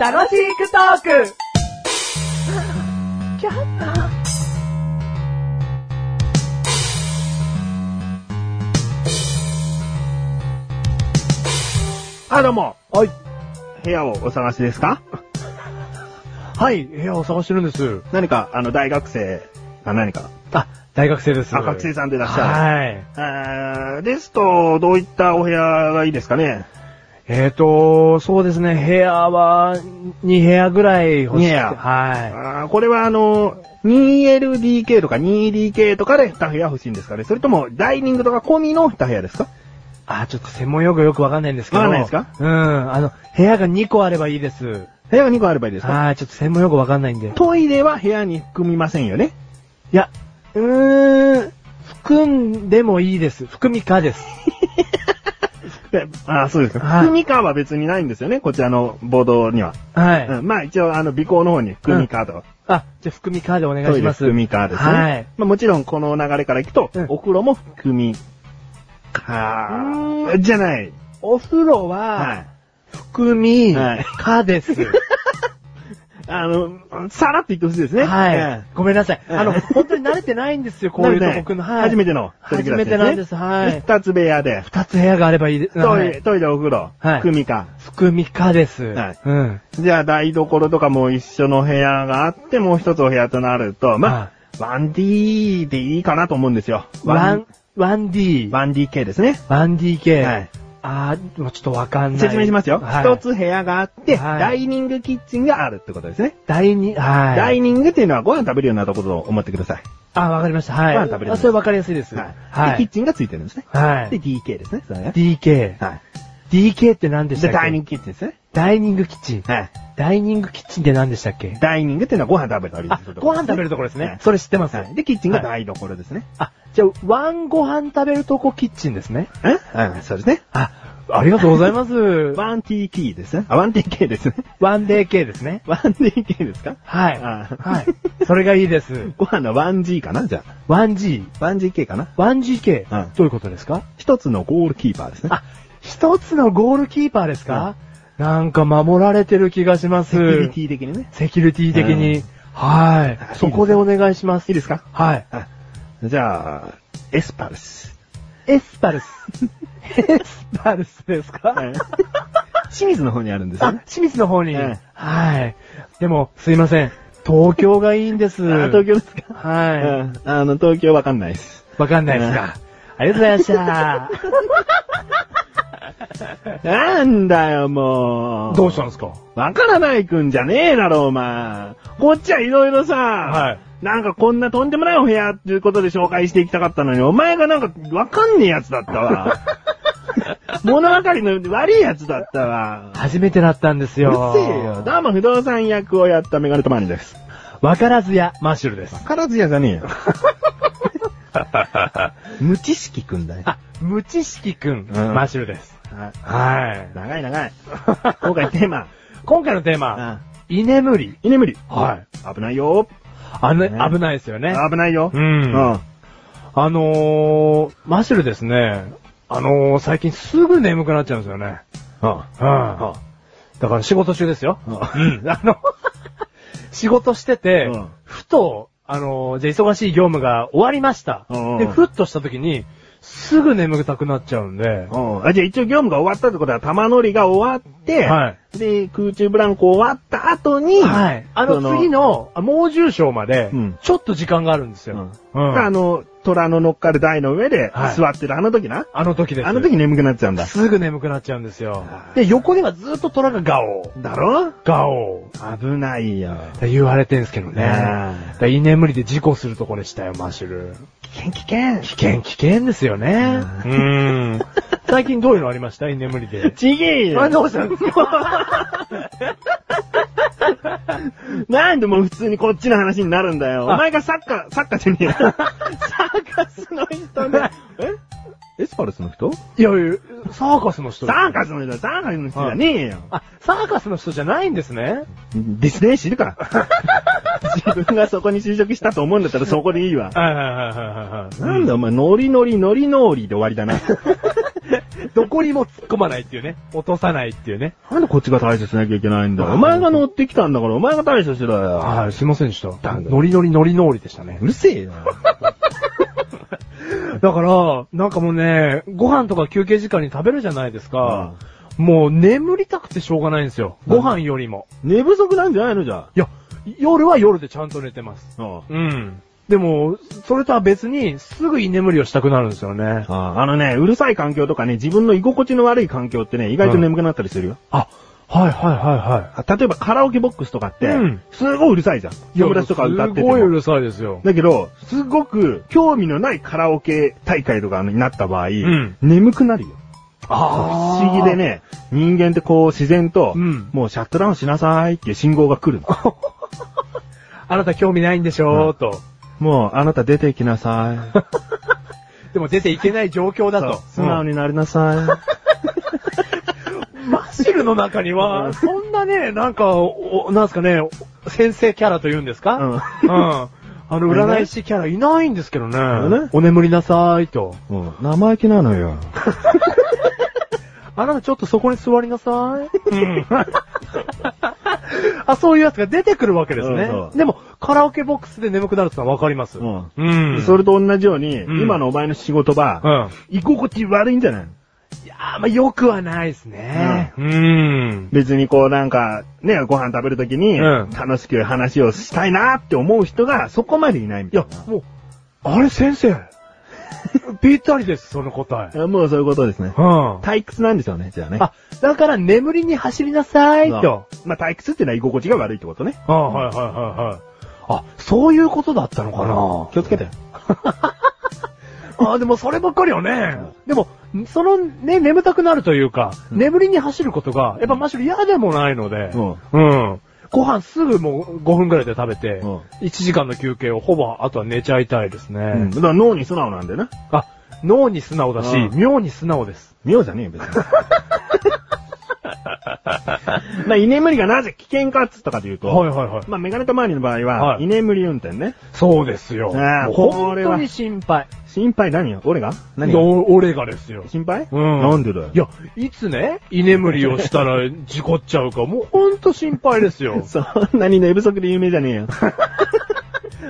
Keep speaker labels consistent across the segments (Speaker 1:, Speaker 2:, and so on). Speaker 1: 楽しくトーク
Speaker 2: あ、どうも。
Speaker 3: はい。
Speaker 2: 部屋をお探しですか
Speaker 3: はい、部屋を探してるんです。
Speaker 2: 何か、あの、大学生か何か。
Speaker 3: あ、大学生です。
Speaker 2: あ、学生さんでいらっしゃ
Speaker 3: はい。
Speaker 2: る。はい。ですと、どういったお部屋がいいですかね
Speaker 3: えーと、そうですね、部屋は、2部屋ぐらい欲
Speaker 2: 二
Speaker 3: しく
Speaker 2: 部
Speaker 3: て。
Speaker 2: 屋
Speaker 3: は
Speaker 2: あーこれはあの、2LDK とか 2DK とかで2部屋欲しいんですかねそれとも、ダイニングとか込みの2部屋ですか
Speaker 3: い。あ、ちょっと専門用語よくわかんないんですけど。
Speaker 2: わかんないですか
Speaker 3: うん。あの、部屋が2個あればいいです。
Speaker 2: 部屋が2個あればいいですか
Speaker 3: はい、ちょっと専門用語わかんないんで。
Speaker 2: トイレは部屋に含みませんよね
Speaker 3: いや、うーん、含んでもいいです。含みかです。
Speaker 2: であーそうですか。
Speaker 3: はい
Speaker 2: 含みかは別にないんですよね、こちらのボードには。
Speaker 3: はい。
Speaker 2: うん、まあ一応、あの、尾行の方に含みかと。
Speaker 3: あ、じゃあ含みかでお願い
Speaker 2: ト
Speaker 3: し
Speaker 2: イレ
Speaker 3: ます。
Speaker 2: 含みかですね。
Speaker 3: はい。
Speaker 2: まあ、もちろんこの流れからいくと、
Speaker 3: うん
Speaker 2: お風呂も含みか、じゃない。
Speaker 3: お風呂は、
Speaker 2: はい。
Speaker 3: 含み
Speaker 2: はい
Speaker 3: かです。
Speaker 2: あの、さらっと言ってほしいですね。
Speaker 3: はい。ごめんなさい。
Speaker 2: うん
Speaker 3: あの、本当に慣れてないん ですよ、こういうとこ僕の。はい。
Speaker 2: 初めての一人暮らし
Speaker 3: 初め
Speaker 2: ですね
Speaker 3: てなんです。はい。
Speaker 2: 二つ部屋で、
Speaker 3: 二つ部屋があればいいです。
Speaker 2: ト
Speaker 3: は
Speaker 2: イレ、
Speaker 3: い。
Speaker 2: トイレお風呂、
Speaker 3: はい
Speaker 2: 含みか。
Speaker 3: 含みかです。
Speaker 2: はい
Speaker 3: うん。
Speaker 2: じゃあ台所とかも一緒の部屋があって、もう一つお部屋となると、まあ、1D でいいかなと思うんですよ。
Speaker 3: ワン、ワン D。
Speaker 2: 1DK ですね。
Speaker 3: ワン DK。
Speaker 2: はい。
Speaker 3: あー、もうちょっとわかんない。
Speaker 2: 説明しますよ。一、
Speaker 3: はい。
Speaker 2: つ部屋があって、
Speaker 3: はい
Speaker 2: ダイニングキッチンがあるってことですね。
Speaker 3: 第二、はい。
Speaker 2: ダイニングっていうのはご飯食べるようなところを思ってください。
Speaker 3: あ、わかりました。はい。
Speaker 2: ご飯食べれます
Speaker 3: あそれわかりやすいです。は
Speaker 2: で、キッ
Speaker 3: い。
Speaker 2: チンがついてるんですね。
Speaker 3: は
Speaker 2: で、
Speaker 3: い。
Speaker 2: DK ですね。それね
Speaker 3: DK。
Speaker 2: はい。
Speaker 3: DK って何でした
Speaker 2: で、
Speaker 3: っけ
Speaker 2: ダイニングキッチンですね。
Speaker 3: ダイニングキッチン。
Speaker 2: はい。
Speaker 3: ダイニングキッチンって何でしたっけ
Speaker 2: ダイニングっていうのはご飯食べたり
Speaker 3: あ
Speaker 2: する、とこ
Speaker 3: ご
Speaker 2: ろです
Speaker 3: 飯
Speaker 2: ね、
Speaker 3: 食べるところです
Speaker 2: は
Speaker 3: ね
Speaker 2: い。
Speaker 3: それ知ってます。
Speaker 2: はい。で、キッチンが台所ですね。
Speaker 3: あ、じゃあ、ワンご飯食べるとこキッチンですね。
Speaker 2: えはい、そうですね。
Speaker 3: あ、ありがとうござ います。ワン
Speaker 2: 1TK ですね。あ、1TK ですね。
Speaker 3: ワンデー系ですね。
Speaker 2: 1TK ですか
Speaker 3: はい。
Speaker 2: あ
Speaker 3: はい。それがいいです。
Speaker 2: ご飯の 1G かなじゃ
Speaker 3: 1G。
Speaker 2: あ。1GK かな
Speaker 3: 1GK、
Speaker 2: うん
Speaker 3: どういうことですか
Speaker 2: 一つのゴールキーパーですね。
Speaker 3: あ、一つのゴールキーパーですか、なんか守られてる気がします。
Speaker 2: セキュリティ的にね。
Speaker 3: セキュリティ的に。はい
Speaker 2: いです
Speaker 3: そこでお願いします。
Speaker 2: いいですか
Speaker 3: はい。
Speaker 2: あじゃあ、エスパルス。
Speaker 3: エスパルス。 エスパルスですか、
Speaker 2: はい清水の方にあるんですよ
Speaker 3: あ
Speaker 2: ね、。
Speaker 3: 清水の方に。
Speaker 2: ええ
Speaker 3: はい。でも、すいません。東京がいいんです。
Speaker 2: あ東京ですか
Speaker 3: は
Speaker 2: うんあの、東京わかんないです。
Speaker 3: い。わかんないですか。ありがとうございました。
Speaker 2: なんだよ、もう。
Speaker 3: どうしたんですか
Speaker 2: わからないくんじゃねえだろ、お前。こっちはいろいろさ、
Speaker 3: はい。
Speaker 2: なんかこんなとんでもないお部屋っていうことで紹介していきたかったのに、お前がなんかわかんねえやつだった わ。物分かりの悪いやつだったわ。
Speaker 3: 初めてだったんです
Speaker 2: うる
Speaker 3: よ。
Speaker 2: せえよ。どうも不動産役をやったメガネとマニ です。
Speaker 3: わからずや、マッシュルです。
Speaker 2: からずやじゃねえよ。無知識くんだよ。
Speaker 3: あ、無知識くん、
Speaker 2: うん
Speaker 3: マッシュルです。
Speaker 2: はい
Speaker 3: はい。
Speaker 2: 長い長い。今回テーマ。
Speaker 3: 今回のテーマ、居眠り。
Speaker 2: 居眠り。
Speaker 3: はい。
Speaker 2: 危ないよ。
Speaker 3: あ
Speaker 2: ね
Speaker 3: の、危ないですよね。
Speaker 2: 危ないよ。
Speaker 3: うんあのー、マッシュルですね、あのー、最近すぐ眠くなっちゃうんですよね。うん。だから仕事中ですよ。
Speaker 2: うん
Speaker 3: うん。あの、仕事してて、
Speaker 2: うん
Speaker 3: ふと、あの、じゃあ忙しい業務が終わりました。
Speaker 2: うん
Speaker 3: で、ふっとした時に、すぐ眠たくなっちゃうんで、
Speaker 2: うんあじゃあ一応業務が終わったってことは、玉乗りが終わって、
Speaker 3: は
Speaker 2: で、空中ブランコ終わった後に、
Speaker 3: はい。あの
Speaker 2: そ
Speaker 3: 次の、あ猛獣章まで
Speaker 2: うん、
Speaker 3: ちょっと時間があるんです
Speaker 2: う
Speaker 3: よ
Speaker 2: ん。
Speaker 3: うん
Speaker 2: あの、虎の乗っかる台の上で
Speaker 3: はい
Speaker 2: 座ってるあの時な。
Speaker 3: あの時です。
Speaker 2: あの時眠くなっちゃうんだ。
Speaker 3: すぐ眠くなっちゃうんですよ
Speaker 2: あ。ー
Speaker 3: で、横ではずっと虎がガオー。
Speaker 2: だろ
Speaker 3: ガオー。
Speaker 2: 危ないよ。
Speaker 3: って言われてんすけどね。
Speaker 2: ねえ
Speaker 3: だから居眠りで事故するとこでしたよ、マッシュル。
Speaker 2: 危険危険。
Speaker 3: 危険、危険ですよね。
Speaker 2: う
Speaker 3: うん。最近どういうのありました居眠りで。
Speaker 2: ちげえ
Speaker 3: あ
Speaker 2: よ。
Speaker 3: どうしたんですか
Speaker 2: なんでもう普通にこっちの話になるんだよ。お
Speaker 3: あ
Speaker 2: 前がサッカー、サッカーじゃねえよ。サーカスの人ね。えエスパルスの人
Speaker 3: いやいや、サーカスの人
Speaker 2: サ
Speaker 3: です
Speaker 2: ーカスの人、サーカスの人じゃねえよ。
Speaker 3: あ、サーカスの人じゃないんですね。
Speaker 2: ディスネー知るか自分がそこに就職したと思うんだったらそこでいいわ。
Speaker 3: はいはいはいはいはい。
Speaker 2: なんだお前、ノリノリノリノリで終わりだな。
Speaker 3: どこにも突っ込まないっていうね。落とさないっていうね。
Speaker 2: なんでこっちが対処しなきゃいけないんだよ。
Speaker 3: あ
Speaker 2: お前が乗ってきたんだから、お前が対処しろよ。
Speaker 3: はい、すいませんでした。ノリノリノリノリでしたね
Speaker 2: う。るせえよ。
Speaker 3: だから、なんかもうね、ご飯とか休憩時間に食べるじゃないですか。もう眠りたくてしょうがないんですよ。ご飯よりも。
Speaker 2: 寝不足なんじゃないのじゃ
Speaker 3: いや、夜は夜でちゃんと寝てます。
Speaker 2: あ。うん
Speaker 3: うん。でも、それとは別に、すぐ居眠りをしたくなるんですよね。
Speaker 2: ああのね、うるさい環境とかね、自分の居心地の悪い環境ってね、意外と眠くなったりするよ。
Speaker 3: あ、はいはいは
Speaker 2: あ例えばカラオケボックスとかって、
Speaker 3: うん
Speaker 2: すごいうるさいじゃん。
Speaker 3: いや
Speaker 2: 友達とか歌ってて
Speaker 3: すごいう
Speaker 2: も。
Speaker 3: るさいですよ。
Speaker 2: だけど、すごく興味のないカラオケ大会とかになった場合、
Speaker 3: ん
Speaker 2: 眠くなるよ。
Speaker 3: あー
Speaker 2: 不思議で。ね、人間ってこう自然と、
Speaker 3: うん
Speaker 2: もうシャットダウンしなさいっていう信号が来るの。
Speaker 3: あなた興味ないんでしょうと。
Speaker 2: もうあなた出て行きなさい。
Speaker 3: でも出ていけない状況だと
Speaker 2: そう。素直になりなさ
Speaker 3: うんマシルの中に
Speaker 2: う
Speaker 3: は、
Speaker 2: ん
Speaker 3: そんなね、なんか、おなんすかね、先生キャラというんです
Speaker 2: い。う
Speaker 3: か
Speaker 2: ん
Speaker 3: うん。あの、占い師キャラいないんですけどね
Speaker 2: ね。
Speaker 3: お眠りなさいと。
Speaker 2: うん生意気なのよ。
Speaker 3: あなたちょっとそこに座りなさい。 あ、そういうやつが出てくるわけですね
Speaker 2: そうそ。う
Speaker 3: でも、カラオケボックスで眠くなるってのはわかります。
Speaker 2: うん
Speaker 3: うん
Speaker 2: それと同じように、
Speaker 3: うん
Speaker 2: 今のお前の仕事場、
Speaker 3: うん。
Speaker 2: 居心地悪いんじゃないの
Speaker 3: いやー、まあ、良くはないですね。うん。
Speaker 2: 別にこうなんか、ね、ご飯食べるときに、
Speaker 3: うん
Speaker 2: 楽しく話をしたいなって思う人がそこまでいないみ
Speaker 3: い
Speaker 2: たい
Speaker 3: や、もう、あれ先 生。ぴったりです、その答え。
Speaker 2: な。もうそういうことですね。
Speaker 3: うん。
Speaker 2: 退屈なんでしょうね、じゃあね。
Speaker 3: あ、だから眠りに走りなさい
Speaker 2: そう
Speaker 3: と。。
Speaker 2: まあ退屈ってのは居心地が悪いってことね。
Speaker 3: あはいはいはいはい。あ、そういうことだったのか
Speaker 2: 気をつけて。
Speaker 3: なあ、でもそればっかりよね
Speaker 2: ん。
Speaker 3: でも、そのね、眠たくなるというか、
Speaker 2: うん
Speaker 3: 眠りに走ることが、やっぱマシュル嫌でもないので、うん。ご飯すぐもう5分くらいで食べて、
Speaker 2: うん
Speaker 3: 1時間の休憩をほぼ、あとは寝ちゃいたいですね。
Speaker 2: うん。だから脳に素直なんだよな。
Speaker 3: あ、脳に素直だし、
Speaker 2: うん
Speaker 3: 妙に素直です。
Speaker 2: 妙じゃねえよ、別 に。まあ、居眠りがなぜ危険かっつったかというと、
Speaker 3: はいはいはい。
Speaker 2: まあ、メガネと周りの場合は、
Speaker 3: はい
Speaker 2: 居眠り運転ね。
Speaker 3: そうですよ。
Speaker 2: あー
Speaker 3: もう
Speaker 2: こ
Speaker 3: 本
Speaker 2: れ
Speaker 3: 当
Speaker 2: は
Speaker 3: に心配。
Speaker 2: 心配何よ俺が何
Speaker 3: いや
Speaker 2: が
Speaker 3: お俺がですよ。
Speaker 2: 心配
Speaker 3: うん
Speaker 2: なんでだよ
Speaker 3: い。や、いつね、居眠りをしたら事故っちゃうか、もうほんと心配で すよ。
Speaker 2: そんなに寝不足で有名じゃねえよ。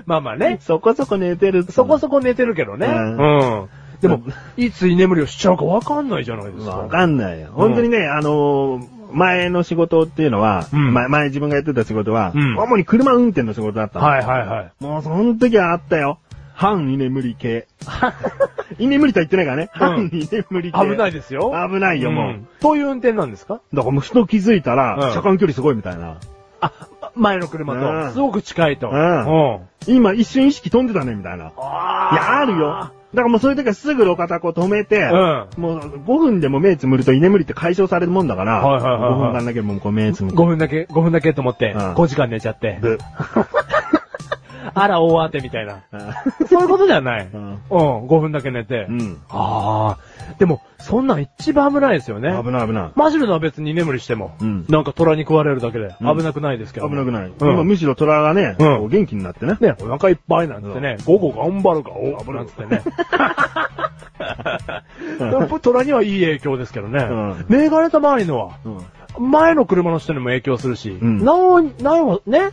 Speaker 3: まあまあね、
Speaker 2: そこそこ寝てる。
Speaker 3: そこそこ寝てるけどね。
Speaker 2: う
Speaker 3: うんん。でも、いつ居眠りをしちゃうかわかんないじゃないですか。
Speaker 2: わかんないよ。本当にね、あのー前の仕事っていうのは、
Speaker 3: うん
Speaker 2: 前、前自分がやってた仕事は、
Speaker 3: うん
Speaker 2: 主に車運転の仕事だったの。
Speaker 3: はいはいはい。
Speaker 2: もうその時はあったよ。半居眠り 系。居眠りとは言ってないからね。
Speaker 3: うん
Speaker 2: 半居眠り系。
Speaker 3: 危ないですよ。
Speaker 2: 危ないよ、もう。
Speaker 3: んそういう運転なんですか
Speaker 2: だからもうふと気づいたら、
Speaker 3: うん
Speaker 2: 車間距離すごいみたいな。
Speaker 3: あ、前の車
Speaker 2: うん
Speaker 3: と、すごく近いと。
Speaker 2: うん
Speaker 3: ん
Speaker 2: 今一瞬意識飛んでたね、みたいな。い
Speaker 3: あー
Speaker 2: や、あるよ。だからもうそういう時はすぐ路肩こう止めて、
Speaker 3: うん。
Speaker 2: もう5分でも目つむると居眠りって解消されるもんだから、
Speaker 3: はいはいはいはい
Speaker 2: 5分間だけもうこう目つむって
Speaker 3: 5分だけ、5分だけと思って、
Speaker 2: うん
Speaker 3: 5時間寝ちゃって。
Speaker 2: ブ
Speaker 3: あら、大当てみたいな。
Speaker 2: ッ
Speaker 3: そういうことじゃない。
Speaker 2: う
Speaker 3: うんん、5分だけ寝て。
Speaker 2: うん。
Speaker 3: ああ、でも、そんなん一番危ないですよね。
Speaker 2: 危ない危ない。
Speaker 3: マジルのは別に居眠りしても、
Speaker 2: うん
Speaker 3: なんか虎に食われるだけで
Speaker 2: うん
Speaker 3: 危なくないですけど。
Speaker 2: 危なくない。
Speaker 3: うん
Speaker 2: 今むしろ虎がね、
Speaker 3: うん
Speaker 2: こう元気になってね。
Speaker 3: ね、お腹いっぱいなんつってね、午後頑張るか、お
Speaker 2: 危
Speaker 3: 危
Speaker 2: な
Speaker 3: ないんつってね。 やっぱ虎にはいい影響ですけどね。
Speaker 2: うん
Speaker 3: メガネた周りのは、
Speaker 2: うん
Speaker 3: 前の車の人にも影響するし、
Speaker 2: ん
Speaker 3: なお、なお、ね、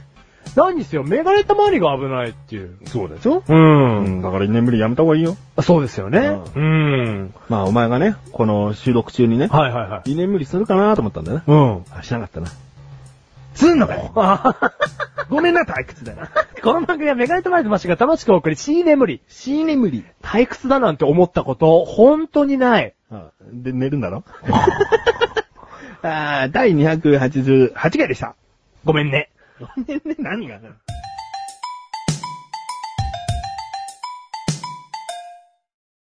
Speaker 3: 何にせよ、メガネた周りが危ないっていう。
Speaker 2: そうでしょ
Speaker 3: う。
Speaker 2: うんん、だから居眠りやめた方がいいよ。
Speaker 3: そうですよね。うん。
Speaker 2: まあお前がね、この収録中にね、
Speaker 3: はいはいはい。
Speaker 2: 居眠りするかなと思ったんだよね。
Speaker 3: うん。
Speaker 2: あ、しなかったな。すんのかよごめんな、退屈だな。
Speaker 3: この番組はメガネとマイズマシが楽しくお送り、シー眠り。
Speaker 2: 死眠り。
Speaker 3: 退屈だなんて思ったこと、本当にない。
Speaker 2: うんで、寝るんだろ あー第288回でした。
Speaker 3: ごめんね。
Speaker 2: ごめんね、何がな。